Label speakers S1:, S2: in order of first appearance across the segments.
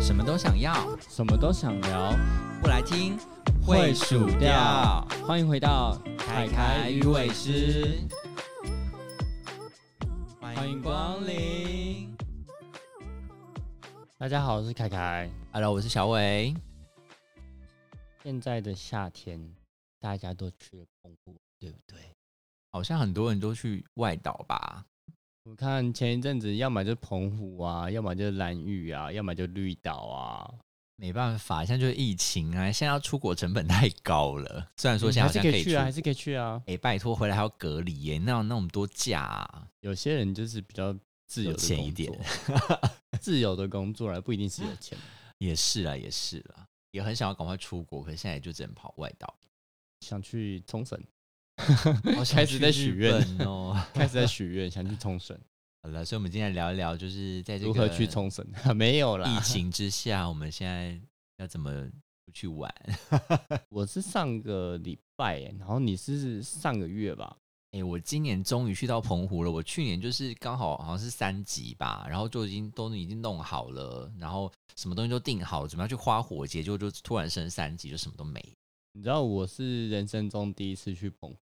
S1: 什么都想要，
S2: 什么都想聊，
S1: 不来听
S2: 会数掉。欢迎回到
S1: 凯凯与伟师，欢迎光临。
S2: 大家好，我是凯凯。
S1: Hello，我是小伟。
S2: 现在的夏天，大家都去了澎湖，对不对？
S1: 好像很多人都去外岛吧？
S2: 我看前一阵子，要么就澎湖啊，要么就蓝屿啊，要么就绿岛啊。
S1: 没办法，现在就是疫情啊，现在要出国成本太高了。虽然说现在
S2: 还
S1: 好
S2: 是
S1: 像
S2: 可以
S1: 以
S2: 去啊，还是可以去啊。
S1: 哎、拜托，回来还要隔离耶，那有那么多假、啊，
S2: 有些人就是比较自由
S1: 有
S2: 的
S1: 钱
S2: 工
S1: 一点
S2: 作 自由的工作了，不一定是有钱。
S1: 也是啦，也是啦，也很想要赶快出国，可是现在也就只能跑外岛。
S2: 想去冲绳，
S1: 好想
S2: 开始在
S1: 去
S2: 许
S1: 日
S2: 愿
S1: 本哦。
S2: 开始在许愿，想去冲 绳，
S1: 好了，所以我们今天来聊一聊，就是在这个
S2: 如何去冲绳？ 没有啦
S1: 疫，情之下，我们现在要怎么出去玩？
S2: 我是上个礼拜耶，然后你是上个月吧？
S1: 哎、我今年终于去到澎湖了。我去年就是刚好好像是三级吧，然后就已经都已经弄好了，然后什么东西都定好，准备要去花火节，就就突然升三级，就什么都没。
S2: 你知道我是人生中第一次去澎湖，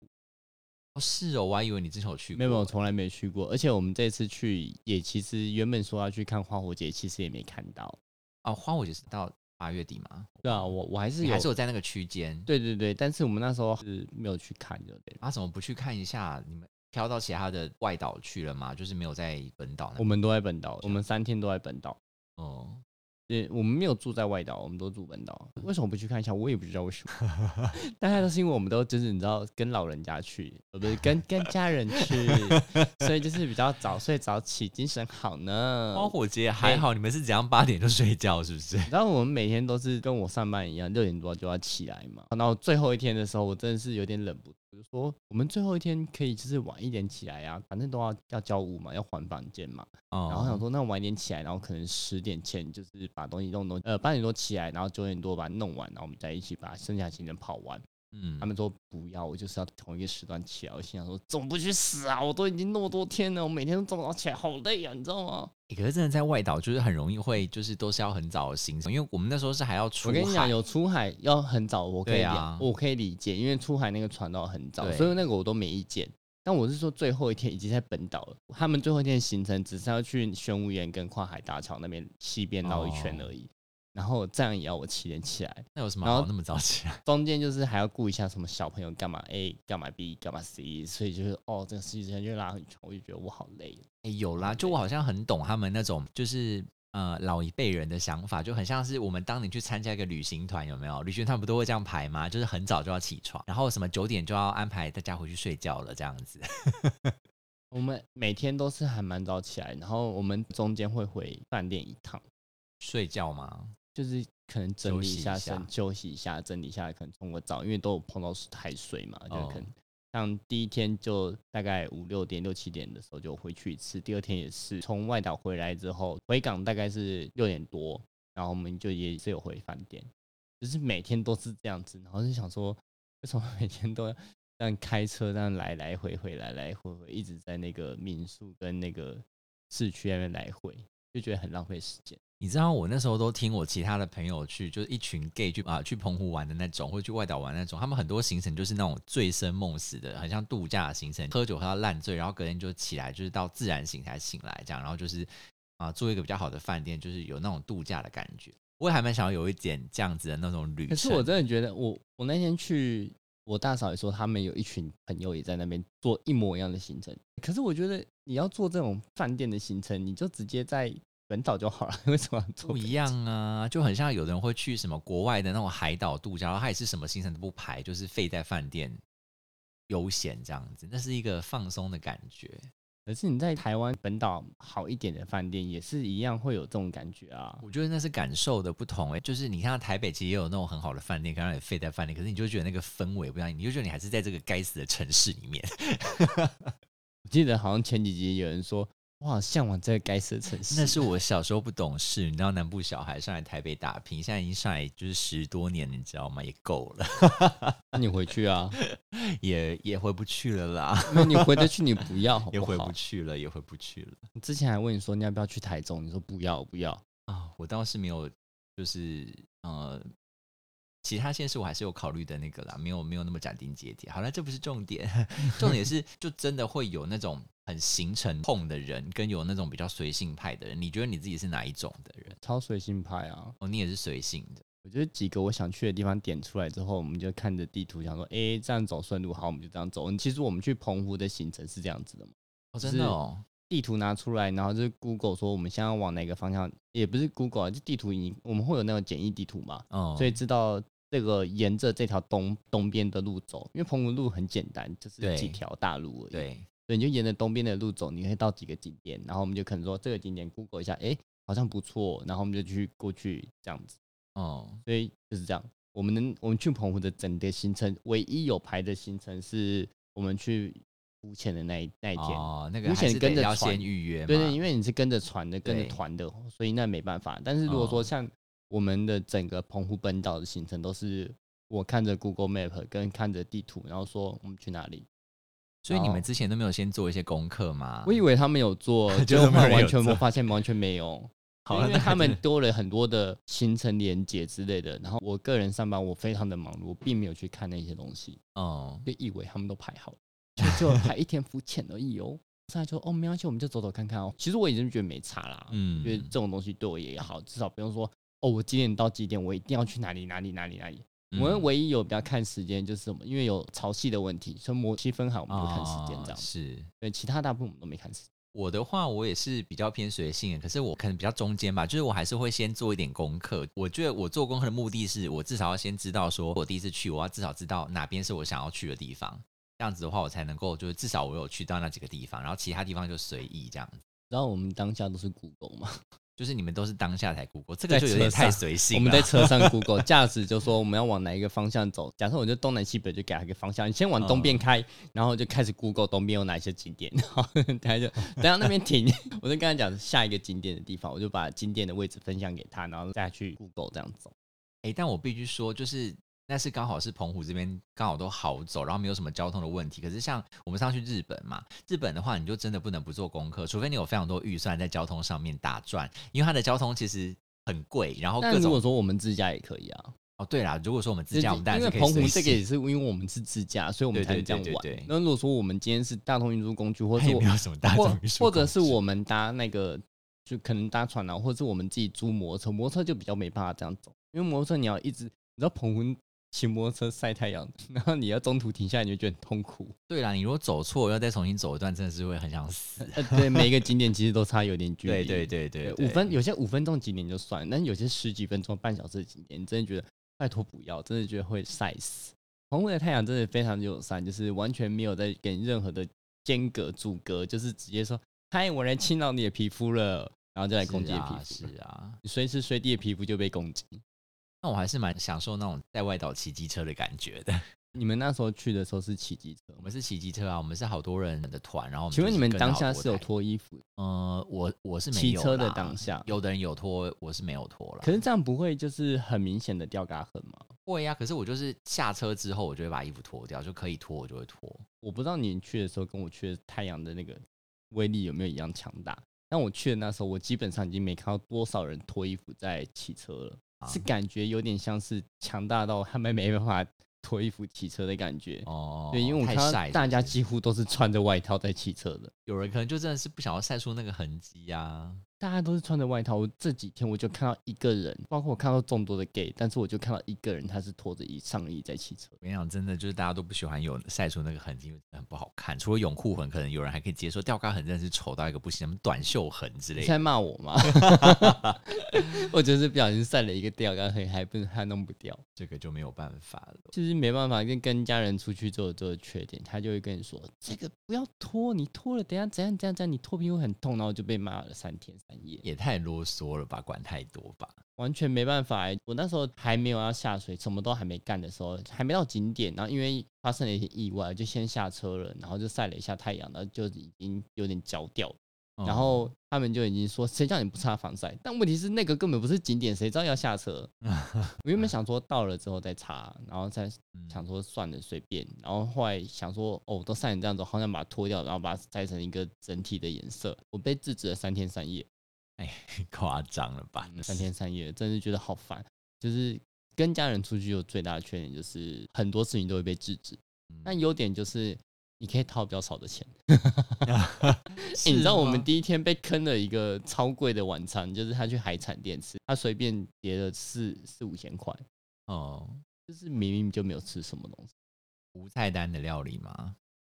S1: 哦，是哦，我还以为你之前有去过。
S2: 没有，没有，从来没去过。而且我们这次去也其实原本说要去看花火节，其实也没看到。
S1: 哦，花火节是到八月底吗？
S2: 对啊，我我还是
S1: 你
S2: 有
S1: 还，是有在那个区间。
S2: 对对对，但是我们那时候是没有去看，对不对？
S1: 啊，怎么不去看一下？你们飘到其他的外岛去了吗？就是没有在本岛那
S2: 我
S1: 边。
S2: 们都在本岛，我们三天都在本岛。
S1: 哦，
S2: 对，呃我们没有住在外岛，我们都住本岛。为什么不去看一下？我也不知道为什么。 大家都是因为我们都就是你知道跟老人家去，呃，不是跟跟家人去， 所以就是比较早睡早起，精神好呢。
S1: 花火节还好，你们是怎样八点就睡觉是不 是？
S2: 然后我们每天都是跟我上班一样，六点多就要起来嘛。然后最后一天的时候，我真的是有点忍不住，就说我们最后一天可以就是晚一点起来啊，反正都要要交屋嘛，要还房间嘛。
S1: 哦
S2: 然后想说，那晚一点起来，然后可能十点前就是把东西弄弄，呃，八点多起来，然后九点多把它弄完，然后我们再一起把剩下的行程跑完。
S1: 嗯
S2: 他们说不要，我就是要同一个时段起来。我心想说，总不去死啊！我都已经那么多天了，我每天都这么早起来，好累啊，你知道吗？
S1: 欸可是真的在外岛，就是很容易会，就是都是要很早的行程，因为我们那时候是还要出
S2: 我跟你讲，
S1: 海，
S2: 有出海要很早，我可以
S1: 对
S2: 理、
S1: 啊
S2: 我可以理解，因为出海那个船到很早，
S1: 对
S2: 所以那个我都没意见。但我是说最后一天已经在本岛了，他们最后一天的行程只是要去玄武岩跟跨海大桥那边西边绕一圈
S1: 哦
S2: 而已。然后这样也要我七点起来，
S1: 那有什么
S2: 然后
S1: 好那么早起啊 来？
S2: 中间就是还要顾一下什么小朋友干嘛 A 干嘛 B 干嘛 C，所以就是哦这个时间就拉很长，我就觉得我好累。
S1: 哎、有啦，就我好像很懂他们那种，就是呃老一辈人的想法，就很像是我们当年去参加一个旅行团，有没有？旅行团不都会这样排吗？就是很早就要起床，然后什么九点就要安排大家回去睡觉了，这样子。
S2: 我们每天都是还蛮早起来，然后我们中间会回饭店一趟。
S1: 睡觉吗？
S2: 就是可能整理一下
S1: 休息一下，
S2: 身休息一下，整理一下，可能冲个澡，因为都有碰到海水嘛，就
S1: 哦
S2: 可能像第一天就大概五六点、六七点的时候就回去一次，第二天也是从外岛回来之后，回港大概是六点多，然后我们就也是有回饭店，就是每天都是这样子，然后就想说，为什么每天都要这样开车这样来来回回来来回回，一直在那个民宿跟那个市区那边来回，就觉得很浪费时间。
S1: 你知道我那时候都听我其他的朋友去，就是一群 gay 去啊去澎湖玩的那种，或者去外岛玩那种，他们很多行程就是那种醉生梦死的，很像度假的行程，喝酒喝到烂醉，然后隔天就起来，就是到自然醒才醒来这样，然后就是啊住一个比较好的饭店，就是有那种度假的感觉。我也还蛮想要有一点这样子的那种旅程。
S2: 可是我真的觉得我，我那天去，我大嫂也说他们有一群朋友也在那边做一模一样的行程。可是我觉得你要做这种饭店的行程，你就直接在本岛就好了， 为什么要做
S1: 不一样啊，就很像有人会去什么国外的那种海岛度假，然后他也是什么行程都不排，就是废在饭店悠闲这样子，那是一个放松的感觉。
S2: 可是你在台湾本岛好一点的饭店也是一样会有这种感觉啊。
S1: 我觉得那是感受的不同、欸，就是你看到台北其实也有那种很好的饭店，刚刚也废在饭店，可是你就觉得那个氛围不一样，你就觉得你还是在这个该死的城市里面。
S2: 我记得好像前几集有人说，我好向往这个该死的城市。
S1: 那是我小时候不懂事，你知道南部小孩上来台北打拼，现在已经上来就是十多年，你知道吗？也够了，
S2: 那你回去啊，
S1: 也也回不去了啦，
S2: 那你回得去你不要好
S1: 也
S2: 不
S1: 回
S2: 好
S1: 不？去了，也回不去了
S2: 你之前还问你说你要不要去台中，你说不要不要。
S1: 啊！我倒是没有，就是呃，其他县市我还是有考虑的那个啦，没有没有那么斩钉截铁。好了，这不是重点， 重点 是就真的会有那种很行程控的人，跟有那种比较随性派的人。你觉得你自己是哪一种的人？
S2: 超随性派啊！
S1: 哦，你也是随性的。
S2: 我觉得几个我想去的地方点出来之后，我们就看着地图想说，诶，这样走顺路，好，我们就这样走。嗯其实我们去澎湖的行程是这样子的嘛，
S1: 哦，
S2: 就
S1: 真的
S2: 是
S1: 哦，
S2: 地图拿出来，然后就是 Google 说我们现在往哪个方向，也不是 Google，啊，就地图已经我们会有那种简易地图嘛，
S1: 哦，
S2: 所以知道这个沿着这条东东边的路走，因为澎湖路很简单，就是
S1: 对
S2: 几条大路而已。
S1: 对，
S2: 所以你就沿着东边的路走，你可以到几个景点，然后我们就可能说这个景点 Google 一下，诶，好像不错，然后我们就去过去这样子。
S1: 哦，
S2: 所以就是这样。我们能我们去澎湖的整个行程，唯一有排的行程是我们去浮潜的那一那一天。
S1: 哦，那个
S2: 浮
S1: 还
S2: 潜
S1: 是
S2: 跟
S1: 得
S2: 着
S1: 要
S2: 船
S1: 先预约嘛。
S2: 对对，因为你是跟着船的，跟着
S1: 对
S2: 团的，所以那没办法。但是如果说
S1: 哦
S2: 像我们的整个澎湖本岛的行程，都是我看着 Google Map 跟看着地图，然后说我们去哪里。
S1: 所以你
S2: 然
S1: 们
S2: 后
S1: 之前都没有先做一些功课吗？，
S2: 哦我以为他们有做 结
S1: 结
S2: 果
S1: 果
S2: 后
S1: 没有
S2: 来
S1: 人
S2: 完
S1: 有
S2: 全我
S1: 做
S2: 发现完全 没有。
S1: 好
S2: 因
S1: 了，
S2: 为
S1: 那
S2: 他
S1: 真
S2: 们
S1: 的
S2: 多了很多的行程连接之类的，然后我个人上班我非常的忙碌，我并没有去看那些东西，
S1: 哦，
S2: 就以为他们都排好了，就就排一天浮潜而已哦。 上来就哦没关系，我们就走走看看哦。其实我已经觉得没差啦，
S1: 嗯
S2: 因为这种东西对我也好，至少不用说哦，我几点到几点，我一定要去哪里哪里哪里哪里。我们
S1: 嗯
S2: 唯一有比较看时间就是什么，因为有潮汐的问题，所以摩西分海我们就看时间这
S1: 哦
S2: 样子。
S1: 是。
S2: 对，其他大部分我们都没看时间。
S1: 我的话，我也是比较偏随性的，可是我可能比较中间吧，就是我还是会先做一点功课。我觉得我做功课的目的是我至少要先知道，说我第一次去，我要至少知道哪边是我想要去的地方。这样子的话，我才能够就是至少我有去到那几个地方，然后其他地方就随意这样子。
S2: 然后我们当下都是 Google 嘛，
S1: 就是你们都是当下才 Google，这个
S2: 在
S1: 就有
S2: 车
S1: 点太
S2: 上
S1: 随性
S2: 我
S1: 了。
S2: 们在车上 Google 驾驶就说我们要往哪一个方向走。假设我就东南西北，就给他一个方向。你先往东边
S1: 哦
S2: 开，然后就开始 Google 东边有哪些景点，然后他就等下那边停， 我就跟他讲下一个景点的地方，我就把景点的位置分享给他，然后再去 Google 这样走。
S1: 哎、但我必须说，就是那是刚好是澎湖这边刚好都好走，然后没有什么交通的问题。可是像我们上去日本嘛，日本的话，你就真的不能不做功课，除非你有非常多预算在交通上面打转，因为它的交通其实很贵，然哦后各
S2: 但如
S1: 种
S2: 果说我们自驾也可以啊，
S1: 哦，对啦，如果说我们自
S2: 就
S1: 驾，我
S2: 是
S1: 们当然是
S2: 因为
S1: 可以
S2: 澎湖
S1: 随
S2: 这个也
S1: 性
S2: 是因为我们是自驾，所以我们
S1: 对
S2: 才
S1: 对
S2: 能这样
S1: 对对
S2: 玩
S1: 对。
S2: 那如果说我们今天是大众运输工具，或
S1: 它
S2: 者
S1: 也
S2: 我
S1: 没有什么大
S2: 或
S1: 众运输
S2: 或者
S1: 工
S2: 是
S1: 具
S2: 我们搭那个，就可能搭船啊，或者是我们自己租摩托车，摩托车就比较没办法这样走，因为摩托车你要一直，你知道澎湖骑摩托车晒太阳， 然后你要中途停下来，你就觉得很 痛苦。
S1: 对啦，你如果走错，要再重新走一段，真的是会很想 死。
S2: 呃，对，每一个景点其实都差有点距离。
S1: 对对对对
S2: 五分有些五分钟景点就算，但有些十几分钟、半小时的景点，你真的觉得拜托不要，真的觉得会晒死。澎湖的太阳真的非常友善，就是完全没有在给你任何的间隔阻隔，就是直接说嗨，我来侵扰你的皮肤了，然后就来攻击你的皮
S1: 啊
S2: 肤，
S1: 是啊，
S2: 你随时随地的皮肤就被攻击。
S1: 那我还是蛮享受那种在外岛骑机车的感觉的。
S2: 你们那时候去的时候是骑机车
S1: 我
S2: 吗？
S1: 们是骑机车啊，我们是好多人的团，然后我
S2: 请问
S1: 就
S2: 你
S1: 是
S2: 们
S1: 跟着
S2: 当
S1: 好
S2: 下
S1: 多
S2: 是有
S1: 台
S2: 脱衣服的？
S1: 呃，我我是没
S2: 骑
S1: 有
S2: 车的
S1: 啦
S2: 当下
S1: 有的人有脱，我是没有脱了。
S2: 可是这样不会就是很明显的掉嘎痕吗？
S1: 会啊呀、可是我就是下车之后，我就会把衣服脱掉，就可以脱我就会脱。
S2: 我不知道你去的时候跟我去的太阳的那个威力有没有一样强大。但我去的那时候，我基本上已经没看到多少人脱衣服在骑车了，
S1: 啊
S2: 是感觉有点像是强大到他们没办法脱衣服骑车的感觉。
S1: 哦，
S2: 对，因为我
S1: 太
S2: 看到
S1: 晒是
S2: 大
S1: 不
S2: 家
S1: 是
S2: 几乎都是穿着外套在骑车的，
S1: 有人可能就真的是不想要晒出那个痕迹啊呀、
S2: 大家都是穿着外套。我这几天我就看到一个人，包括我看到众多的 gay，但是我就看到一个人他是脱着衣上衣在骑车。
S1: 我跟你讲，真的就是大家都不喜欢有晒出那个痕迹，因为真的很不好看。除了泳裤痕，可能有人还可以接受，吊嘎痕真的是丑到一个不行，什么短袖痕之
S2: 你
S1: 类
S2: 是
S1: 的。
S2: 在骂我吗？ 我就是不小心晒了一个掉，刚才还不还弄不掉。
S1: 这个就没有办法了。
S2: 就是没办法跟跟家人出去之后，这个缺点，他就会跟你说这个不要拖，你拖了，等一下怎样怎样怎样，你脱皮会很痛，然后就被骂了三天三夜，
S1: 也太啰嗦了吧，管太多吧。
S2: 完全没办法欸、我那时候还没有要下水，什么都还没干的时候，还没到景点，然后因为发生了一些意外，就先下车了，然后就晒了一下太阳，然后就已经有点焦掉了。
S1: 嗯
S2: 然后他们就已经说谁叫你不擦防晒？但问题是那个根本不是景点，谁知道要下车？我原本想说到了之后再擦，然后再
S1: 嗯
S2: 想说算了随便，然后后来想说哦，我都晒成这样子，好想把它脱掉，然后把它晒成一个整体的颜色。我被制止了三天三夜，
S1: 夸张了吧？
S2: 嗯三天三夜，真是觉得好烦。就是跟家人出去有最大的缺点就是很多事情都会被制止，
S1: 嗯，
S2: 但优点就是你可以掏比较少的钱。
S1: 是
S2: 欸、你知道我
S1: 吗
S2: 们第一天被坑了一个超贵的晚餐，就是他去海产店吃，他随便叠了四四五千块，
S1: 哦
S2: 就是明明就没有吃什么东西。
S1: 无菜单的料理 吗？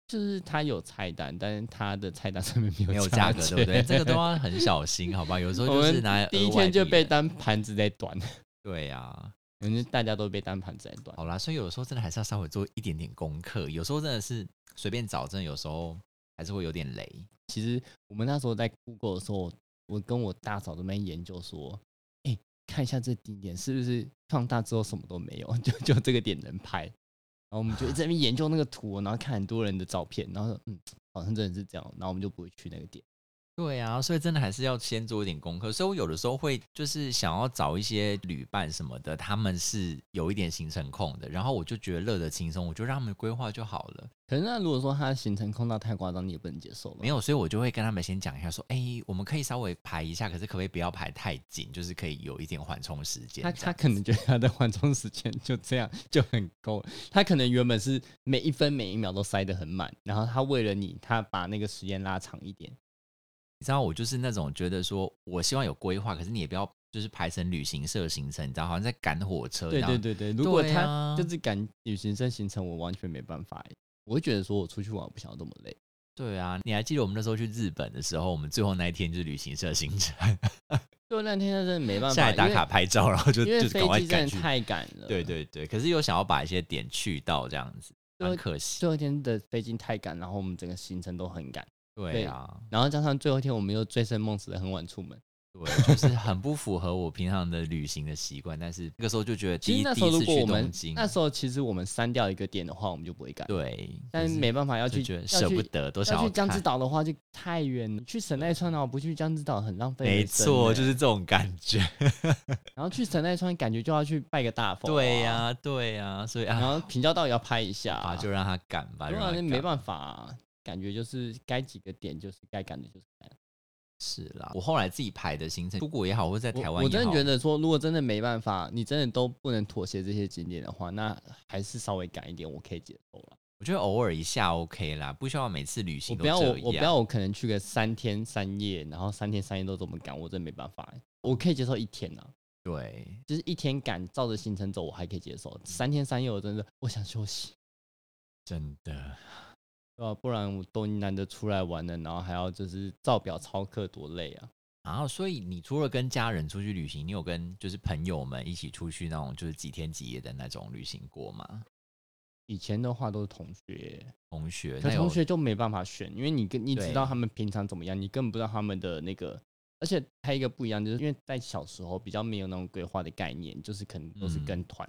S2: 就是他有菜单，但是他的菜单上面没有
S1: 没有价
S2: 价
S1: 格，对不对？这 个都
S2: 钱
S1: 要很小心，好 吧？有时候
S2: 我
S1: 就
S2: 们
S1: 是拿来
S2: 第一
S1: 额外
S2: 天就
S1: 的
S2: 被
S1: 耶
S2: 当盘子在端，
S1: 对呀。
S2: 可能大家都被当盘子在端。
S1: 好啦，所以有的时候真的还是要稍微做一点点功课，有时候真的是随便找，真的有时候还是会有点雷。
S2: 其实我们那时候在 Google 的时候，我跟我大嫂这边研究说，哎、看一下这景点是不是放大之后什么都没有， 就就这个点能拍。然后我们就在那边研究那个图，然后看很多人的照片，然后说嗯，好像真的是这样，然后我们就不会去那个点。
S1: 对啊，所以真的还是要先做一点功课。所以我有的时候会就是想要找一些旅伴什么的，他们是有一点行程控的，然后我就觉得乐得轻松，我就让他们规划就好了。
S2: 可是那如果说它的行程空到太夸张，你也不能接受吧
S1: 没？有，所以我就会跟他们先讲一下，说，哎、我们可以稍微排一下，可是可不可以不要排太紧，就是可以有一点缓冲时间
S2: 他
S1: 这
S2: 他
S1: 样。
S2: 可能觉得他的 缓冲时间就这样就很够了，他可能原本是每一分每一秒都塞得很满，然后他为了你，他把那个时间拉长一点。
S1: 你知道，我就是那种觉得说，我希望有规划，可是你也不要就是排成旅行社行程，你知道，好像在赶火车这
S2: 对
S1: 样。
S2: 对对对，如果
S1: 对啊
S2: 他就是赶旅行社行程，我完全没办法欸。我会觉得说我出去玩，我不想要这么累。
S1: 对啊，你还记得我们那时候去日本的时候，我们最后那一天就是旅行社行程，
S2: 就那天真的没办 法，
S1: 下来打卡拍照，然后就
S2: 嗯因为
S1: 就
S2: 因为
S1: 是赶
S2: 飞
S1: 快
S2: 机真
S1: 赶
S2: 的
S1: 去。
S2: 太赶了。
S1: 对，对对，可是又想要把一些点去到这样子，蛮
S2: 对
S1: 可惜。
S2: 最后一天的飞机太赶，然后我们整个行程都很赶，
S1: 对啊，
S2: 然后加上最后一天我们又醉生梦死的很晚出门。
S1: 对，就是很不符合我平常的旅行的习惯。但是那个时候就觉得第
S2: 其
S1: 一
S2: 实那
S1: 第
S2: 时候
S1: 一
S2: 如
S1: 次
S2: 果
S1: 去
S2: 我们
S1: 东京，啊
S2: 那时候其实我们删掉一个点的话，我们就不会赶。
S1: 对，
S2: 但
S1: 就是
S2: 没办法要
S1: 就
S2: 去
S1: 觉得
S2: 要
S1: 舍不
S2: 去
S1: 得，都想
S2: 要去江
S1: 看
S2: 之岛的话就太远了，去神奈川啊，我不去江之岛很浪费人
S1: 没
S2: 生
S1: 错，
S2: 欸
S1: 就是这种感觉。
S2: 然后去神奈川感觉就要去拜个大佛、啊
S1: 对呀、、对呀、所以
S2: 然
S1: 啊，
S2: 后平交道也要拍一下、
S1: 啊就让他赶吧，
S2: 不
S1: 让他
S2: 然
S1: 赶
S2: 没办法、啊，感觉就是该几个点就是该赶的就是赶。
S1: 是啦。我后来自己排的行程，出国也好，或者在台湾
S2: 我，我真的觉
S1: 得
S2: 得说，如果真的没办法，你真的都不能妥协这些景点的话，那还是稍微赶一点，我可以接受了。
S1: 我觉得偶尔一下 OK 啦，不需要每次旅
S2: 我
S1: 行都
S2: 不
S1: 这
S2: 要
S1: 样。
S2: 我我不要我可能去个三天三夜，然后三天三夜都这么赶，我真的没办法欸、我可以接受一天啊，
S1: 对，
S2: 就是一天赶照着行程走，我还可以接受。三天三夜我真的我想休息。
S1: 真的
S2: 对啊，不然我都难得出来玩了，然后还要就是照表操课，多累啊！
S1: 然后，所以你除了跟家人出去旅行，你有跟就是朋友们一起出去那种就是几天几夜的那种旅行过吗？
S2: 以前的话都是同学，
S1: 同学，
S2: 可
S1: 那
S2: 是
S1: 有
S2: 同学就没办法选，因为你跟你
S1: 对
S2: 知道他们平常怎么样，你根本不知道他们的那个。而且还有一个不一样，就是因为在小时候比较没有那种规划的概念，就是可能都是
S1: 嗯
S2: 跟团，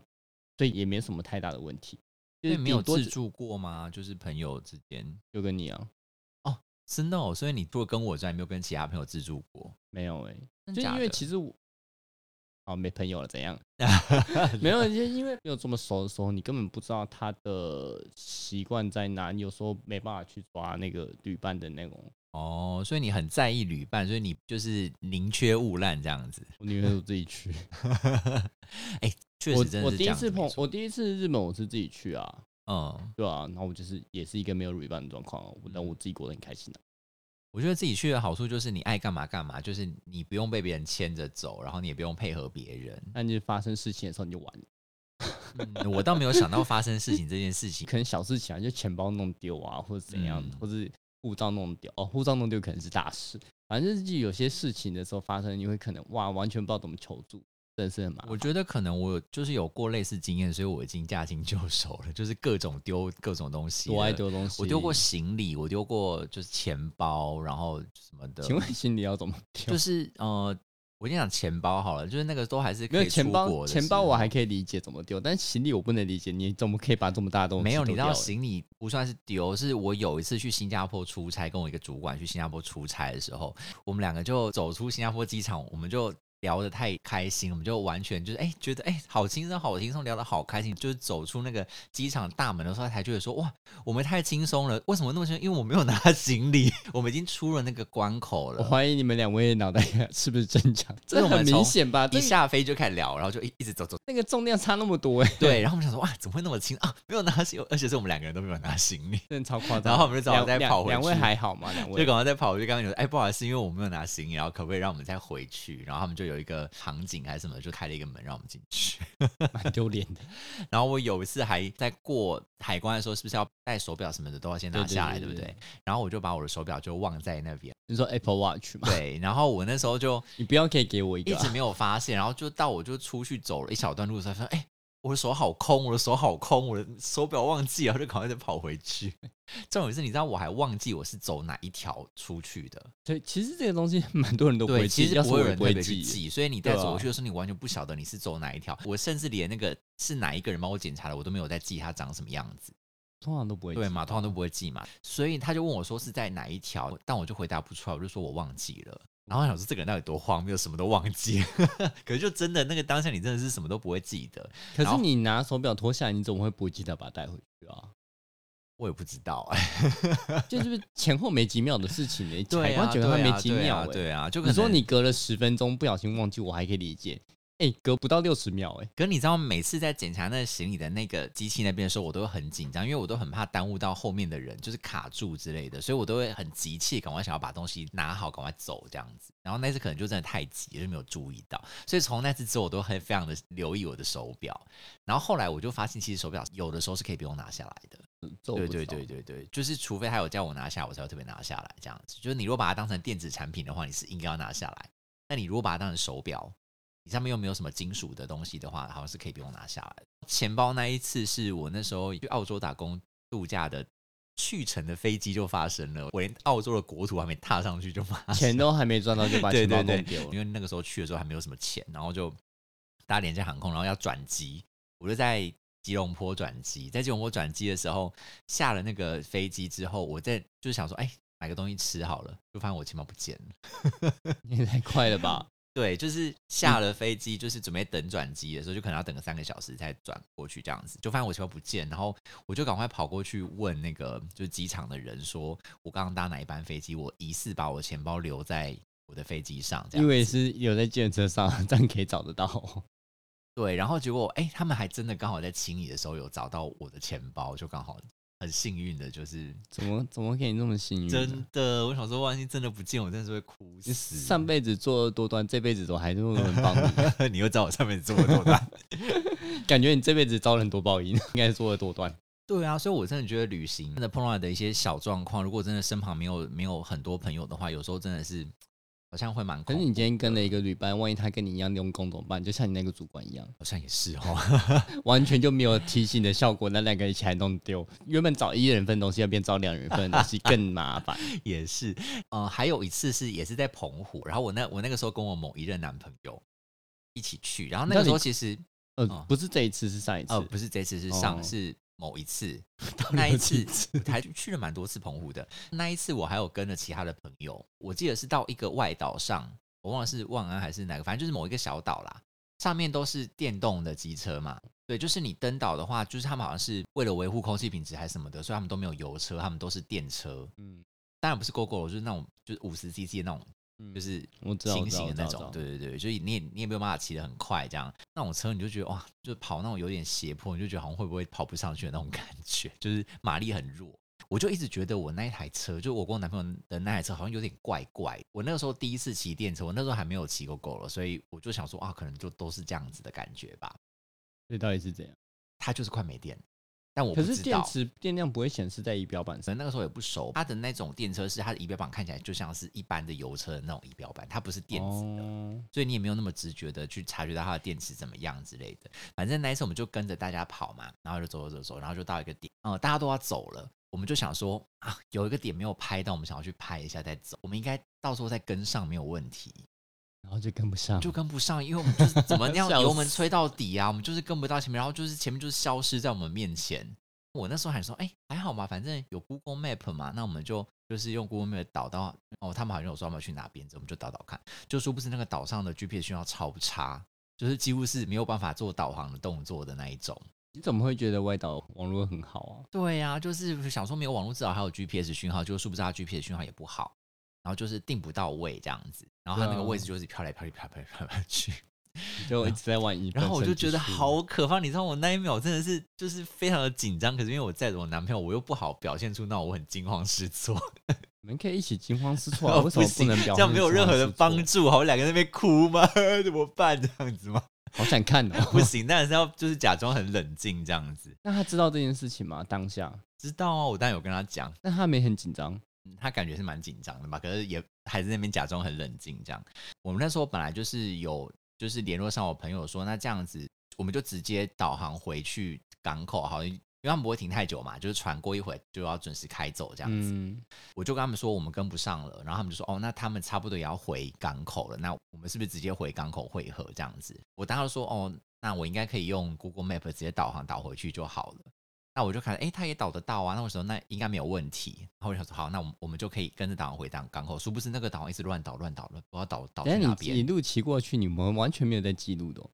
S2: 所以也没什么太大的问题。就
S1: 那
S2: 是
S1: 你没有
S2: 顶多
S1: 自
S2: 只
S1: 助过吗？就是朋友之间，
S2: 就跟你啊，
S1: 真的哦。所以你除了跟我之外，没有跟其他朋友自助过，
S2: 没有哎、
S1: 真
S2: 就
S1: 假
S2: 因为
S1: 的
S2: 其实我哦没朋友了，怎样？ 没有，就因为没有这么熟的时候，你根本不知道他的习惯在哪，你有时候没办法去抓那个旅伴的那种。
S1: 哦，所以你很在意旅伴，所以你就是宁缺毋滥这样子。
S2: 我宁愿我自己去。
S1: 哎、 确
S2: 我
S1: 实真的
S2: 我
S1: 是
S2: 第
S1: 这
S2: 一
S1: 样子
S2: 次
S1: 没
S2: 碰，
S1: 错
S2: 我第一次日本我是自己去啊，
S1: 嗯，
S2: 对啊，然后我就是也是一个没有旅伴的状况啊，我但
S1: 嗯
S2: 我自己过得很开心的、啊
S1: 我觉得自己去的好处就是你爱干嘛干嘛，就是你不用被别人牵着走，然后你也不用配合别人。
S2: 但就是发生事情的时候你就完了，
S1: 嗯我倒没有想到发生事情这件事情。
S2: 可能小事情啊，就钱包弄丢啊，或者怎样，
S1: 嗯
S2: 或是护照弄丢哦，护照弄丢可能是大事，反正就是有些事情的时候发生，你会可能哇完全不知道怎么求助，真的是很麻烦。
S1: 我觉得可能我有就是有过类似经验，所以我已经驾轻就熟了，就是各种丢各种东西了。
S2: 多爱丢东西，
S1: 我丢过行李，我丢过就是钱包，然后什么的。
S2: 请问行李要怎么丢？
S1: 就是呃，我跟你讲钱包好了，就是那个都还是
S2: 没
S1: 可
S2: 有
S1: 以出
S2: 钱包，
S1: 国的
S2: 钱包
S1: 时
S2: 我
S1: 候
S2: 还可以理解怎么丢，但是行李我不能理解，你怎么可以把这么大的东西
S1: 没有，你
S2: 丢
S1: 知
S2: 掉
S1: 道
S2: 了
S1: 行李不算是丢，是我有一次去新加坡出差，跟我一个主管去新加坡出差的时候，我们两个就走出新加坡机场，我们就。聊得太开心，我们就完全就是哎、觉得哎、好轻松，好轻松，聊得好开心。就是走出那个机场大门的时候，才觉得说哇，我们太轻松了。为什么那么轻松？因为我没有拿行李， 我们已经出了那个关口
S2: 我
S1: 了。
S2: 怀疑你们两位脑袋 是不是正常？
S1: 这个我们
S2: 很明显吧？
S1: 一
S2: 这
S1: 下飞就开始聊，然后就一一直走走。
S2: 那个重量差那么多哎、
S1: 对，然后我们想说哇，怎么会那么轻啊？没有拿行，而且是我们两个人都没有拿行李。
S2: 真的超夸张。
S1: 然后我们就找人再
S2: 两
S1: 跑回
S2: 两位
S1: 去
S2: 还好吗？两
S1: 就
S2: 位
S1: 赶快再跑回去跟他们讲，哎、不好意思，因为我没有拿行李，然后可不可以让我们再回去？然后他们就有一个场景还是什么，就开了一个门让我们进去。
S2: 蛮丢脸的。
S1: 然后我有一次还在过海关的时候，是不是要戴手表什么的都要先拿
S2: 对对
S1: 下来，
S2: 对
S1: 对不
S2: 对
S1: 对？然后我就把我的手表就忘在那边，
S2: 你说 Apple Watch 吗？
S1: 对。然后我那时候就
S2: 你不要可以给我一
S1: 一
S2: 个啊、
S1: 直没有发现，然后就到我就出去走了一小段路的时候，发现哎、我的手好空，我的手好空，我的手表忘记了，然后就赶快再跑回去。重点是，你知道我还忘记我是走哪一条出去的，
S2: 对，其实这个东西蛮多人都不
S1: 对，
S2: 会
S1: 其
S2: 记，
S1: 实
S2: 要是
S1: 不会有
S2: 也
S1: 人
S2: 不
S1: 特
S2: 会
S1: 别去
S2: 记。
S1: 记，所以你在
S2: 对啊
S1: 走过去的时候，你完全不晓得你是走哪一条。我甚至连那个是哪一个人帮我检查的，我都没有在记他长什么样子，
S2: 通常都不会
S1: 对
S2: 记。嗯
S1: 嘛？通常都不会记嘛。所以他就问我说是在哪一条，但我就回答不出来，我就说我忘记了。然后我想说这个人到底多荒谬，什么都忘记。 可是就真的那个当下，你真的是什么都不会记得。
S2: 可
S1: 然
S2: 是
S1: 后
S2: 你拿手表脱下来，你怎么会不记得把它带回 去啊？
S1: 我也不知道、
S2: 这就是前后没几秒的事情呢、
S1: 对
S2: 海
S1: 啊，
S2: 关觉得它
S1: 对啊
S2: 没几
S1: 对
S2: 秒
S1: 啊
S2: 哎、
S1: 对啊，就可能
S2: 你说你隔了十分钟不小心忘记，我还可以理解。哎、隔不到六十秒哎、
S1: 可你知道，每次在检查那个行李的那个机器那边的时候，我都会很紧张，因为我都很怕耽误到后面的人，就是卡住之类的，所以我都会很急切，赶快想要把东西拿好，赶快走这样子。然后那次可能就真的太急，就没有注意到，所以从那次之后，我都很非常的留意我的手表。然后后来我就发现，其实手表有的时候是可以不用拿下来的。
S2: 这我
S1: 对
S2: 不
S1: 对
S2: 知道
S1: 对对对，就是除非他有叫我拿下，我才会特别拿下来这样子。就是你如果把它当成电子产品的话，你是应该要拿下来；那你如果把它当成手表，你上面又没有什么金属的东西的话，好像是可以不用拿下来的。钱包那一次是我那时候去澳洲打工度假的去程的飞机就发生了，我连澳洲的国土还没踏上去就发生
S2: 钱都还没赚到就把
S1: 对
S2: 钱包
S1: 对
S2: 弄
S1: 对
S2: 丢了，
S1: 因为那个时候去的时候还没有什么钱，然后就搭廉价航空，然后要转机，我就在吉隆坡转机，在吉隆坡转机的时候下了那个飞机之后，我在就是想说，哎、买个东西吃好了，就发现我钱包不见了。
S2: 你 也太快了吧？
S1: 对，就是下了飞机，就是准备等转机的时候，就可能要等个三个小时才转过去这样子，就发现我钱包不见，然后我就赶快跑过去问那个就是机场的人说，我刚刚搭哪一班飞机，我疑似把我钱包留在我的飞机上， 这样
S2: 因为是有在建车上， 这样可以找得到。
S1: 对，然后结果哎、他们还真的刚好在清理的时候有找到我的钱包，就刚好很幸运的，就是
S2: 怎么怎么可以那么幸运啊呢？
S1: 真的，我想说万一真的不见，我真的是会哭
S2: 你
S1: 死。
S2: 上辈子作恶多端，这辈子都还是有人帮 你，
S1: 你又知道我上面这么多单，
S2: 感觉你这辈子遭人多报应，应 该是作恶多端。
S1: 对啊，所以我真的觉得旅行真的碰到的一些小状况，如果真的身旁没有没有很多朋友的话，有时候真的是好像会蛮
S2: 可
S1: 恐
S2: 是
S1: 怖
S2: 你今天跟了一个旅伴，万一他跟你一样用功怎么办？就像你那个主管一样，
S1: 好像也是哦。
S2: 完全就没有提醒的效果，那两个一起来弄丢。原本找一人份东西，要变找两人份东西更麻 烦。
S1: 也是，呃，还有一次是也是在澎湖，然后我那我那个时候跟我某一任男朋友一起去，然后那
S2: 那
S1: 个时
S2: 你
S1: 候其实
S2: 呃
S1: 哦，
S2: 不是这一次，是上一次。
S1: 哦，不是这次是上、
S2: 哦
S1: 是某一 次，
S2: 底
S1: 那一
S2: 有几
S1: 次我还去了蛮多次澎湖的。那一次我还有跟了其他的朋友，我记得是到一个外岛上，我忘了是万安还是哪个，反正就是某一个小岛啦，上面都是电动的机车嘛。对，就是你登岛的话，就是他们好像是为了维护空气品质还是什么的，所以他们都没有油车，他们都是电车。
S2: 嗯，
S1: 当然不是 GoGo，就是那种就是五十 CC 的那种，
S2: 嗯
S1: 就是
S2: 我知道，我
S1: 新
S2: 知道
S1: 型的那种，。
S2: 我知道
S1: 对对对，所以你也你也没有办法骑得很快，这样那种车你就觉得哇，就跑那种有点斜坡，你就觉得好像会不会跑不上去的那种感觉，就是马力很弱。我就一直觉得我那一台车，就我跟我男朋友的那台车好像有点怪怪。我那个时候第一次骑电车，我那时候还没有骑过狗了，所以我就想说啊，可能就都是这样子的感觉吧。
S2: 这到底是怎样？
S1: 它就是快没电了，但我不
S2: 可
S1: 知道。
S2: 是电池电量不会显示在仪表板
S1: 可
S2: 上。
S1: 能那个时候也不熟，它的那种电车是它的仪表板看起来就像是一般的油车的那种仪表板，它不是电子的。
S2: 哦
S1: 所以你也没有那么直觉的去察觉到它的电池怎么样之类的。反正那一次我们就跟着大家跑嘛，然后就走走走走，然后就到一个点，呃，大家都要走了，我们就想说啊，有一个点没有拍到，我们想要去拍一下再走，我们应该到时候再跟上没有问题。
S2: 然后就跟不上，
S1: 就跟不上，因为我们就是怎么样
S2: 嗯 笑死
S1: 油门吹到底啊，我们就是跟不到前面，然后就是前面就是消失在我们面前。我那时候还说，哎、还好嘛，反正有 Google Map 嘛，那我们就就是用 Google Map 导到哦，他们好像有说他们要去哪边，我们就导导看。就殊不知那个岛上的 GPS 信号超差，就是几乎是没有办法做导航的动作的那一种。
S2: 你怎么会觉得外岛网络很好啊？
S1: 对呀、就是想说没有网络至少还有 GPS 讯号，就殊不知他 GPS 讯号也不好，然后就是定不到位这样子，然后他那个
S2: 对啊
S1: 位置就是飘来飘去，飘来飘去，飘来飘去。
S2: 就一直在玩一，
S1: 然后我就觉得好可怕，你知道我那一秒真的是就是非常的紧张，可是因为我载着我男朋友，我又不好表现出那种我很惊慌失措，
S2: 你们可以一起惊慌失 措啊！
S1: 我
S2: 为什么不
S1: 行
S2: 能表？
S1: 这样没有任何的帮，助，好，我两个人在那边哭吗？ 怎么办？这样子 吗？
S2: 好想 看
S1: 不
S2: 哦。
S1: 行，当然是要就是假装很冷静这样子。
S2: 那他知道这件事情吗？当下，
S1: 知道啊，我当然有跟他讲，
S2: 那他没很紧张，
S1: 嗯他感觉是蛮紧张的嘛，可是也还在那边假装很冷静这样。我们那时候本来就是有就是联络上我朋友说，那这样子我们就直接导航回去港口，好，因为他们不会停太久嘛，就是船过一会就要准时开走这样子。
S2: 嗯，
S1: 我就跟他们说我们跟不上了，然后他们就说哦，那他们差不多也要回港口了，那我们是不是直接回港口汇合这样子？我当时说哦，那我应该可以用 Google Map 直接导航导回去就好了。那我就看，哎、他也导得到啊，那我说那应该没有问题。然后我就想说好，那我们我们就可以跟着导航回港港口，殊不知那个导航一直乱导乱导乱，不知道导导去
S2: 等
S1: 哪
S2: 下你一
S1: 边。
S2: 路骑过去，你们完全没有在记录的哦、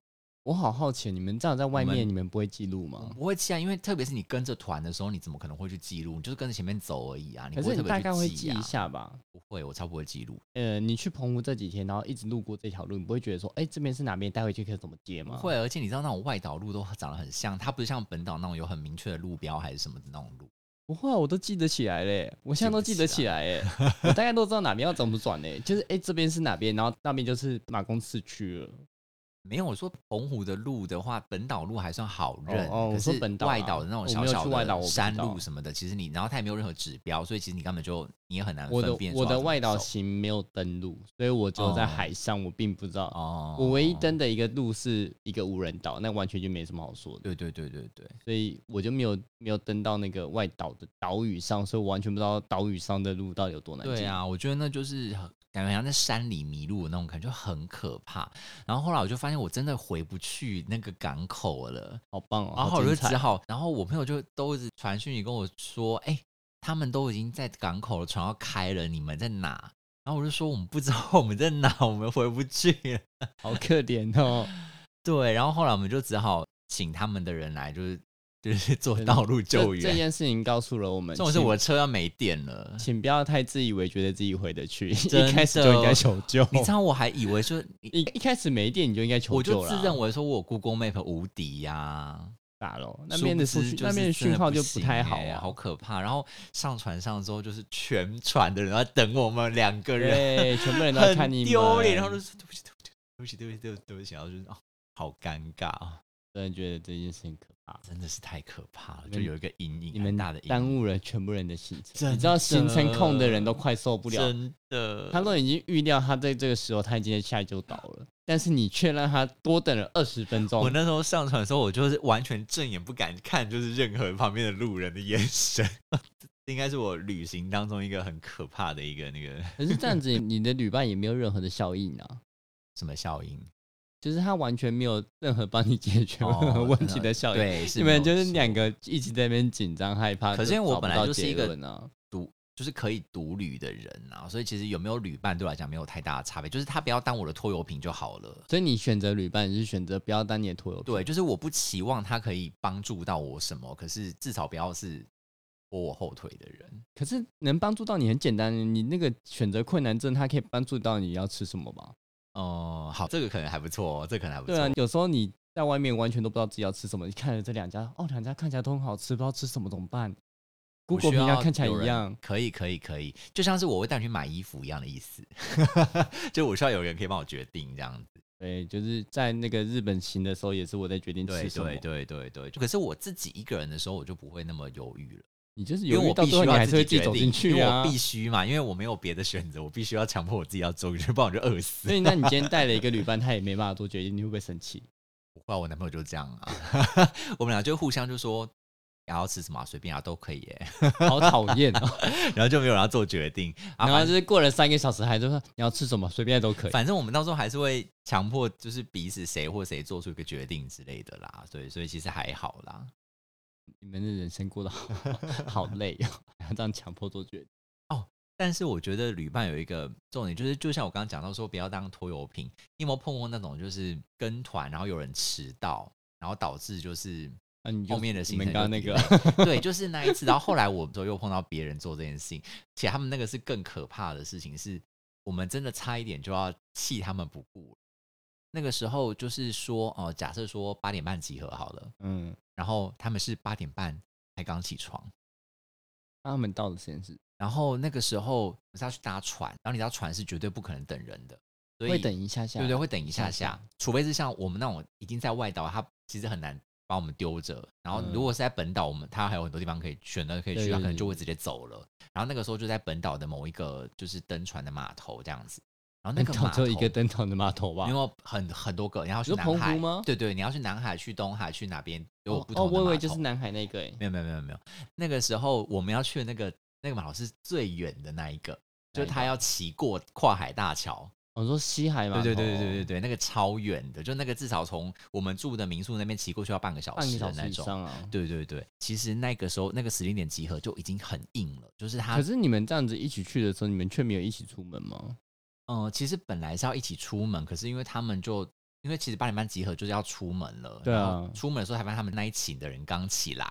S2: 我好好奇，你们这样在外
S1: 我
S2: 面，
S1: 们
S2: 你们不会记录
S1: 我
S2: 吗？
S1: 不会记啊，因为特别是你跟着团的时候，你怎么可能会去记录？你就是跟着前面走而已啊，你
S2: 可
S1: 不会特
S2: 是
S1: 别去
S2: 你大
S1: 记、啊、
S2: 概会记一，下吧。
S1: 不会，我超不会记录。
S2: 呃，你去澎湖这几天，然后一直路过这条路，你不会觉得说，哎、这边是哪边，待回去可以怎么接
S1: 不
S2: 吗？
S1: 会，而且你知道那种外岛路都长得很像，它不是像本岛那种有很明确的路标还是什么的那种路。
S2: 不会啊，我都记得起来嘞，我现在都
S1: 记
S2: 记
S1: 不
S2: 得
S1: 起
S2: 起来哎，我大概都知道哪边要怎么转嘞，就是哎、这边是哪边，然后那边就是马公市区了。
S1: 没有，我说澎湖的路的话，本岛路还算好认，
S2: 哦哦我
S1: 可
S2: 说
S1: 是
S2: 本岛啊
S1: 外岛的那种小
S2: 我没有
S1: 小
S2: 去外岛我
S1: 的
S2: 不知道
S1: 山路什么的，其实你然后它也没有任何指标，所以其实你根本就你也很难
S2: 我的
S1: 啊分辨说
S2: 我
S1: 要
S2: 的
S1: 怎么
S2: 外岛
S1: 走
S2: 行没有登陆，所以我就在
S1: 哦
S2: 海上，我并不知道。
S1: 哦，
S2: 我唯一登的一个路是一个无人岛，那完全就没什么好说的，
S1: 对对对对对，
S2: 所以我就没有没有登到那个外岛的岛屿上，所以我完全不知道岛屿上的路到底有多难进。
S1: 对啊，我觉得那就是很感觉好像在山里迷路的那种感觉，就很可怕。然后后来我就发现我真的回不去那个港口了。
S2: 好棒哦！
S1: 然后我就
S2: 精
S1: 只
S2: 彩，
S1: 啊好，然后我朋友就都一直传讯息跟我说，哎、他们都已经在港口了，船要开了，你们在哪？然后我就说我们不知道我们在哪，我们回不去了。
S2: 好可怜哦。
S1: 对，然后后来我们就只好请他们的人来，就是就是做道路 救
S2: 这这
S1: 援。
S2: 件事情告诉了我们，
S1: 这种是我的车要没电了
S2: 请，请不要太自以为觉得自己回得去，
S1: 真的
S2: 一开始就应该求救。
S1: 你知道我还以为说，
S2: 一 一开始没电你就应该求
S1: 我
S2: 救
S1: 就
S2: 了。啊
S1: 自认为说我有 Google Map 无敌呀、
S2: 打了那边的
S1: 殊
S2: 数
S1: 不知
S2: 据，
S1: 就是
S2: 那边的
S1: 真
S2: 讯号就
S1: 不
S2: 不太
S1: 行
S2: 好
S1: 欸
S2: 啊，
S1: 好可怕。然后上船上之后，就是全船的人在等我们两个人，
S2: 对，全部人都在看
S1: 啊很
S2: 你们
S1: 丢脸，然后就说对不起，对不起，对不起，对不起，对不起，对不起，然后就是哦，好尴尬啊，
S2: 真的觉得这件事情可怕。
S1: 真的是太可怕了，
S2: 你们
S1: 就有一个阴影，
S2: 你们
S1: 很大的阴
S2: 耽
S1: 影，
S2: 误了全部人的行
S1: 真
S2: 程，
S1: 的
S2: 你知道行程控的人都快受不了，
S1: 真的。
S2: 他都已经预料他在这个时候他已经在下一周岛了，但是你却让他多等了二十分
S1: 我
S2: 钟，
S1: 那时候上船的时候，我就是完全正眼不敢看，就是任何旁边的路人的眼神。 这应该是我旅行当中一个很可怕的一个那个
S2: 可是这样子你的旅伴也没有任何的效应啊，
S1: 什么效应，
S2: 就是他完全没有任何帮你解决
S1: 哦
S2: 任何问题的效应。
S1: 对，是
S2: 你
S1: 没
S2: 们
S1: 有
S2: 就是
S1: 错
S2: 两个一直在那边紧张害怕，
S1: 可是因为我本来就是一个
S2: 人啊，
S1: 独就是可以独旅的人啊，所以其实有没有旅伴对我来讲没有太大的差别，就是他不要当我的拖油瓶就好了。
S2: 所以你选择旅伴，你是选择不要当你的拖油瓶
S1: 对，，就是我不期望他可以帮助到我什么，可是至少不要是拖我后腿的人。
S2: 可是能帮助到你很简单，你那个选择困难症，它可以帮助到你要吃什么吧？
S1: 哦、好，这个可能还不错、哦，这个可能还不
S2: 对啊
S1: 错。，
S2: 有时候你在外面完全都不知道自己要吃什么，你看了这两家，哦，两家看起来都很好吃，不知道吃什么怎么办
S1: 我
S2: ？Google
S1: 需
S2: 评
S1: 要
S2: 价看起来
S1: 有
S2: 一
S1: 人
S2: 样，
S1: 可以，可以，可以，就像是我会带你去买衣服一样的意思， 就我需要有人可以帮我决定这样子。
S2: 对，就是在那个日本行的时候，也是我在决定
S1: 对
S2: 吃什么。
S1: 对对对对，可是我自己一个人的时候，我就不会那么犹豫了。
S2: 你就是
S1: 因为
S2: 犹豫
S1: 我
S2: 到
S1: 必
S2: 最
S1: 须
S2: 后，你
S1: 要
S2: 还是
S1: 自
S2: 会
S1: 己
S2: 自己
S1: 决
S2: 走
S1: 定，
S2: 进去
S1: 因为
S2: 啊
S1: 我。必须嘛，因为我没有别的选择，我必须要强迫我自己要走进去，不然我就饿死。
S2: 所以，那你今天带了一个旅伴，他也没办法做决定，你会不会生气？
S1: 不会啊，我男朋友就这样啊，我们俩就互相就说，然后吃什么啊随、便啊都可以耶，
S2: 好讨厌哦。
S1: 然后就没有人要做决定 啊。
S2: 然后
S1: 反
S2: 就是过了三个小时，还是说你要吃什么随便都可以。
S1: 反正我们到时候还是会强迫，就是彼此谁或谁做出一个决定之类的啦。对，所以其实还好啦。
S2: 你们的人生过得好 好累哦，然后这样强迫做决定。
S1: 但是我觉得旅伴有一个重点，就是就像我刚刚讲到说，不要当拖油瓶。你有没有碰过那种就是跟团，然后有人迟到，然后导致就是
S2: 那你就
S1: 后面的
S2: 哦你
S1: 行
S2: 们
S1: 程
S2: 刚刚
S1: 就
S2: 那
S1: delay
S2: 个，
S1: 对，就是那一次。然后后来我们都又碰到别人做这件事情，且他们那个是更可怕的事情，是我们真的差一点就要弃他们不顾了。那个时候就是说，哦、假设说八点半集合好了，
S2: 嗯，
S1: 然后他们是八点半才刚起床，
S2: 那他们到了实验室
S1: 然后那个时候我是要去搭船，然后你知道船是绝对不可能等人的，所以
S2: 会等一下下，
S1: 对对，会等一
S2: 下
S1: 下
S2: 下
S1: 下，除非是像我们那种已经在外岛，他其实很难把我们丢着。然后
S2: 嗯
S1: 如果是在本岛，我们他还有很多地方可以选择可以
S2: 对
S1: 去，
S2: 对
S1: 他可能
S2: 对
S1: 就会直接走了。然后那个时候就在本岛的某一个就是登船的码头这样子，然后那
S2: 灯
S1: 个
S2: 头
S1: 码
S2: 只
S1: 头
S2: 有一个灯头的码头吧
S1: 因？为很很多个，然后去
S2: 你说
S1: 南
S2: 澎湖
S1: 海
S2: 吗
S1: 对对，你要去南海、去东海、去哪边都有
S2: 哦
S1: 不，
S2: 哦
S1: 同的码
S2: 我
S1: 头。
S2: 以为就是南海那个诶，欸
S1: 没有没有没有没有，那个时候我们要去的那个那个码头是最远的那一个，就
S2: 哪一
S1: 是他要骑过跨海大桥。
S2: 我说西海码头，哦
S1: 对对对对对对对，那个超远的，就那个至少从我们住的民宿那边骑过去要半个小
S2: 半个
S1: 时
S2: 小
S1: 的
S2: 时
S1: 那
S2: 以
S1: 种。
S2: 上啊。
S1: 对对对，其实那个时候那个时间点集合就已经很硬了，就是他
S2: 可是你们这样子一起去的时候，你们却没有一起出门吗？
S1: 嗯、呃其实本来是要一起出门，可是因为他们就因为其实八点半集合就是要出门了，
S2: 对啊
S1: 然后出门的时候才发现他们那一寝的人刚起来，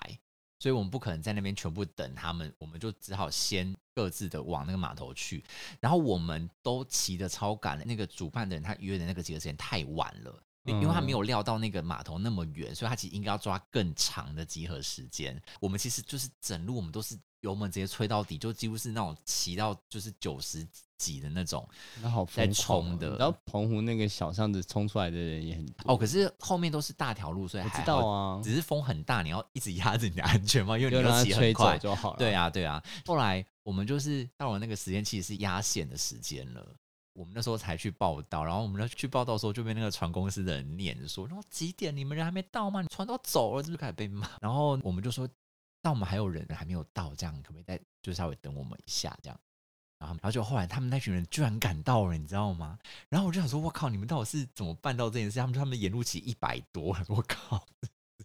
S1: 所以我们不可能在那边全部等他们，我们就只好先各自的往那个码头去，然后我们都骑的超赶，那个主办的人他约的那个集合时间太晚了。因为他没有
S2: 嗯
S1: 料到那个码头那么远，所以他其实应该要抓更长的集合时间。我们其实就是整路我们都是油门直接吹到底，就几乎是那种骑到就是九十几的那种。
S2: 那好疯
S1: 在
S2: 狂
S1: 冲
S2: 哦
S1: 的
S2: 然后澎湖那个小巷子冲出来的人也很多，
S1: 哦，可是后面都是大条路，所以
S2: 我
S1: 还
S2: 知
S1: 好
S2: 道啊，
S1: 只是风很大，你要一直压着你的安全帽，因为
S2: 就
S1: 你
S2: 让
S1: 要
S2: 它
S1: 骑很
S2: 吹走
S1: 快。
S2: 就好了。
S1: 对啊，对啊。后来我们就是到了那个时间，其实是压线的时间了。我们那时候才去报道，然后我们那去报道的时候就被那个船公司的人念说：“然后几点你们人还没到吗？你船都走了，是不是开始被骂？”然后我们就说：“但我们还有人还没有到，这样可不可以再就稍微等我们一下这样？”然后，然后就后来他们那群人居然赶到了，你知道吗？然后我就想说：“我靠，你们到底是怎么办到这件事？”他们说他们沿路骑一百多，我靠，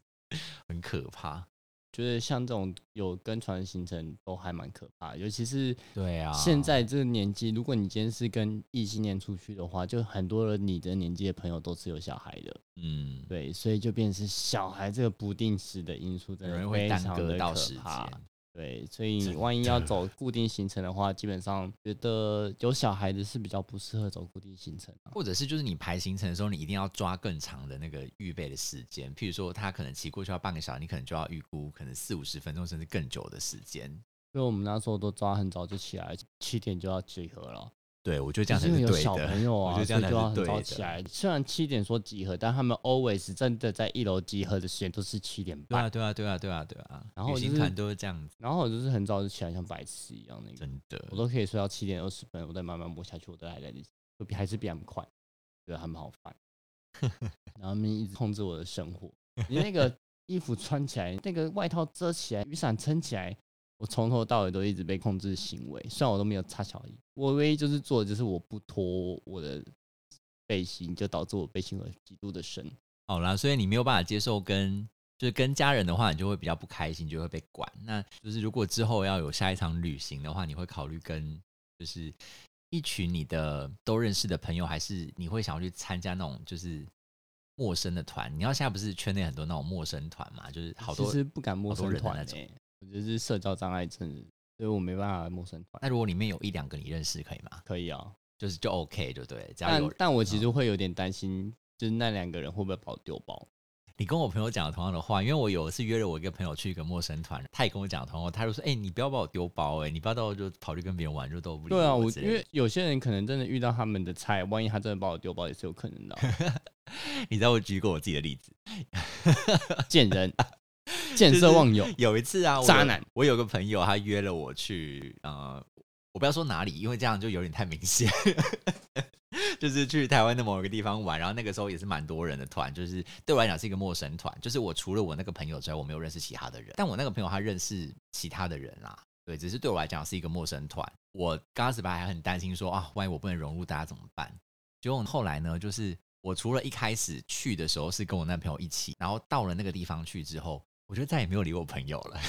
S1: 很可怕。
S2: 觉得像这种有跟团行程都还蛮可怕的，尤其是
S1: 对啊，
S2: 现在这个年纪，如果你今天是跟异性恋出去的话，就很多的你的年纪的朋友都是有小孩的，
S1: 嗯，
S2: 对，所以就变成是小孩这个不定时的因素，真
S1: 有
S2: 的
S1: 人会
S2: 非
S1: 耽
S2: 常
S1: 搁
S2: 的
S1: 到
S2: 可
S1: 时间。
S2: 怕。对，所以你
S1: 真
S2: 万一要
S1: 的
S2: 走固定行程的话，基本上觉得有小孩的是比较不适合走固定行程啊、
S1: 或者是就是你排行程的时候，你一定要抓更长的那个预备的时间。譬如说，他可能骑过去要半个小时，你可能就要预估可能四五十分钟甚至更久的时间。
S2: 所以我们那时候都抓很早就起来，七点就要集合了。
S1: 对，我觉得这样才
S2: 就是有
S1: 对
S2: 小
S1: 的。
S2: 朋友
S1: 我
S2: 啊，
S1: 觉得这样才
S2: 所以就要
S1: 是
S2: 很
S1: 对
S2: 早
S1: 的。
S2: 起来。虽然七点说集合，但他们 always 真的在一楼集合的时间都是七点
S1: 对
S2: 半。
S1: 啊，对啊，对啊，对啊，对啊。
S2: 然后
S1: 旅
S2: 就
S1: 行
S2: 是
S1: 团都是这样子，
S2: 然后我就是很早就起来，像白痴一样那个，
S1: 真的
S2: 我。都可以睡到七点二十分，我再慢慢摸下去，我都还在那，就比还是比他们快，觉得他们好 烦。然后他们一直控制我的生活，你那个衣服穿起来，那个外套遮起来，雨伞撑起来，我从头到尾都一直被控制行为。虽然我都没有擦小衣，我唯一就是做的就是我不脱我的背心，就导致我背心有极度的深。
S1: 好啦，所以你没有办法接受跟就是跟家人的话，你就会比较不开心，就会被管。那就是如果之后要有下一场旅行的话，你会考虑跟就是一群你的都认识的朋友，还是你会想要去参加那种就是陌生的团？你要现在不是圈内很多那种陌生团嘛，就是好多
S2: 其。实不敢陌
S1: 好多
S2: 生
S1: 人的
S2: 团
S1: 那
S2: 哎、
S1: 种
S2: 我就是社交障碍症，所以我没办法陌生团。
S1: 那如果里面有一两个你认识，可以吗？
S2: 可以啊，
S1: 就是就 OK 就对了，只要
S2: 但
S1: 有
S2: 但我其实会有点担心，就是那两个人会不会把我丢包？
S1: 你跟我朋友讲了同样的话，因为我有一次约了我一个朋友去一个陌生团，他也跟我讲了同样的话，他就说：“哎、你不要把我丢包、哎，你不要到时候就跑去跟别人玩，就都不理
S2: 对啊，我
S1: 我之类
S2: 因
S1: 的
S2: 为有些人可能真的遇到他们的菜，万一他真的把我丢包也是有可能的啊、
S1: 你知道我举过我自己的例子，
S2: 贱啊人、见色 忘友，
S1: 有一次啊，我有
S2: 渣男，
S1: 我有个朋友他约了 我去，呃，我不要说哪里，因为这样就有点太明显。就是去台湾的某一个地方玩，然后那个时候也是蛮多人的团，就是对我来讲是一个陌生团，就是我除了我那个朋友之外，我没有认识其他的人，但我那个朋友他认识其他的人啦，对，只是对我来讲是一个陌生团。我刚开始吧还很担心说啊，万一我不能融入大家怎么办？结果后来呢，就是我除了一开始去的时候是跟我那朋友一起，然后到了那个地方去之后，我就再也没有理我朋友了。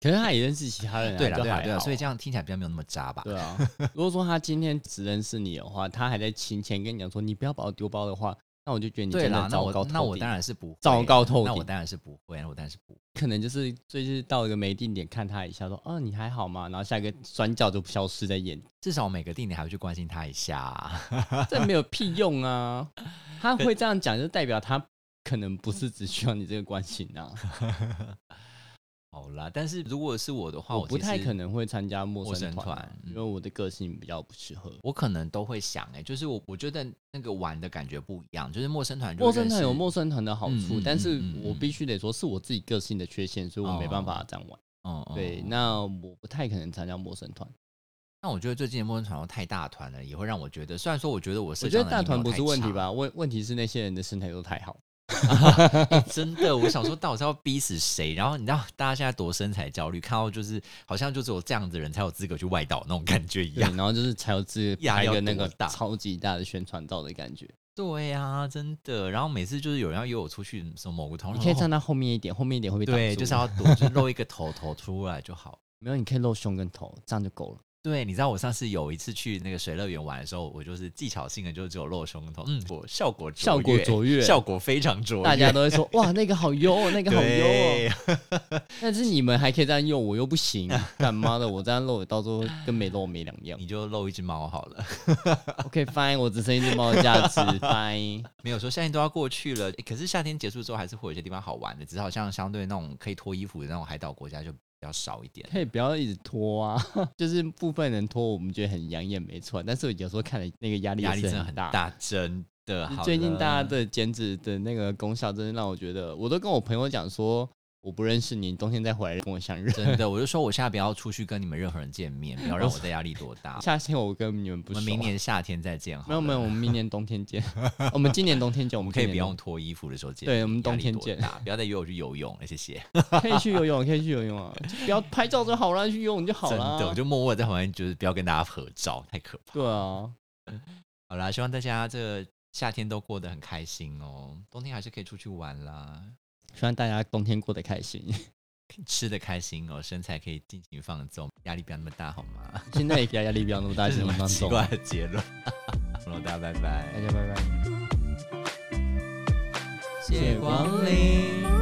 S2: 可是他也认识其他人、啊，
S1: 对啦
S2: 了
S1: 对啦
S2: 了
S1: 对啦，所以这
S2: 样
S1: 样听起来比较没有那么渣吧？
S2: 对啊。如果说他今天只认识你的话，他还在勤前跟你讲说你不要把我丢包的话，那我就觉得你
S1: 对
S2: 真的
S1: 啦，那
S2: 糟糕
S1: 我
S2: 透
S1: 那我
S2: 顶
S1: 当然是不会
S2: 糟糕透
S1: 那
S2: 顶
S1: 我当然是不会，那我当然是不会。
S2: 可能就是最近到一个没定点看他一下说哦你还好吗？然后下一个转角就消失在眼前，
S1: 至少每个地点还会去关心他一下啊、
S2: 这没有屁 用啊！他会这样讲，就代表他可能不是只需要你这个关心 啊。
S1: 好啦，但是如果是我的话，
S2: 我
S1: 我
S2: 不
S1: 其
S2: 太
S1: 实
S2: 可能会参加
S1: 陌
S2: 陌生
S1: 生
S2: 团啊
S1: 团，嗯
S2: 因为我的个性比较不适合。
S1: 我可能都会想、欸，哎，就是我我觉得那个玩的感觉不一样，就是陌生团就
S2: 陌生
S1: 认
S2: 团
S1: 识
S2: 有陌生团的好
S1: 嗯
S2: 处，
S1: 嗯
S2: 但是
S1: 嗯嗯
S2: 我
S1: 嗯
S2: 必须得说是我自己个性的缺陷，所以我没办法这样玩。
S1: 嗯嗯
S2: 对，
S1: 嗯
S2: 那我不太可能参加陌生团。
S1: 那我觉得最近的陌生团都太大团了，也会让我觉得，虽然说我觉得我
S2: 我
S1: 社
S2: 觉
S1: 交
S2: 得大
S1: 能力没有
S2: 团不
S1: 太
S2: 是问题
S1: 差？
S2: 吧？问问题是那些人的身材都太好。
S1: 真的，我想说到底是要逼死谁？然后你知道大家现在多身材焦虑，看到就是好像就只有这样子的人才有资格去外岛那种感觉一
S2: 对
S1: 样。，
S2: 然后就是才有自
S1: 压
S2: 拍一
S1: 要
S2: 个那
S1: 多
S2: 个
S1: 大
S2: 超级大的宣传照的感觉。
S1: 对呀、真的。然后每次就是有人要约我出去什么某个同
S2: 你
S1: 事，
S2: 可以
S1: 然后
S2: 站到后面一点，后面一点会被挡
S1: 哦对，
S2: 住
S1: 就是要躲，就露一 个头头出来就好。
S2: 没有，你可以露胸跟头，这样就够了。
S1: 对，你知道我上次有一次去那个水乐园玩的时候，我就是技巧性的就只有露胸头，嗯，我效果
S2: 效果卓越
S1: 效果非常卓越，
S2: 大家都会 说哇，那个好优哦，那个好优哦。
S1: 对，
S2: 但是你们还可以这样用，我又不 行，干妈的，我这样露，我到时候跟没露没两 样。
S1: 你就露一只猫好了。
S2: OK fine，我只剩一只猫的 价值 fine。
S1: 没有说夏天都要过去了，诶可是夏天结束之后还是会有一些地方好玩的，只是好像相对那种可以脱衣服的那种海岛国家就比较少一点。
S2: 可以不要一直拖啊， 就是部分人拖我们觉得很养眼没错，但是有时候看了那个压力
S1: 压力
S2: 也
S1: 真
S2: 是
S1: 的
S2: 很
S1: 很
S2: 大。
S1: 大，真的。好
S2: 最近大家
S1: 了
S2: 的减脂的那个功效，真的让我觉得，我都跟我朋友讲说，我不认识你，你冬天再回来跟我相认。
S1: 真的，我就说我现在不要出去跟你们任何人见面，不要让我的压力多大。
S2: 夏天我跟你们
S1: 我
S2: 哦不熟
S1: 们，明年夏天再见好
S2: 没有
S1: 了
S2: 没有，我们明年冬天见。 我们今年冬天见，我
S1: 我
S2: 们
S1: 们可以
S2: 今
S1: 不
S2: 年
S1: 用脱衣服的时候见面。
S2: 对我们冬天
S1: 压力多大，不要再约我去游泳了，谢 谢。
S2: 冬可以去游泳，可以去游泳啊，就不要拍照就好了，去游泳就好啊
S1: 真
S2: 了。
S1: 的，我就默默地在旁边，就是不要跟大家合照，太可怕。
S2: 对啊，
S1: 好啦，希望大家这个夏天都过得很开心哦，冬天还是可以出去玩啦，
S2: 希望大家冬天过得开心。
S1: 吃的开心哦，身材可以尽情放纵，压力不要那么大好吗？
S2: 现在也给大压力不要那么大，
S1: 这是
S2: 请
S1: 什么
S2: 你 放
S1: 奇
S2: 松。
S1: 怪的结论？好了，大家拜拜
S2: 大，家拜拜。
S1: 谢谢光临。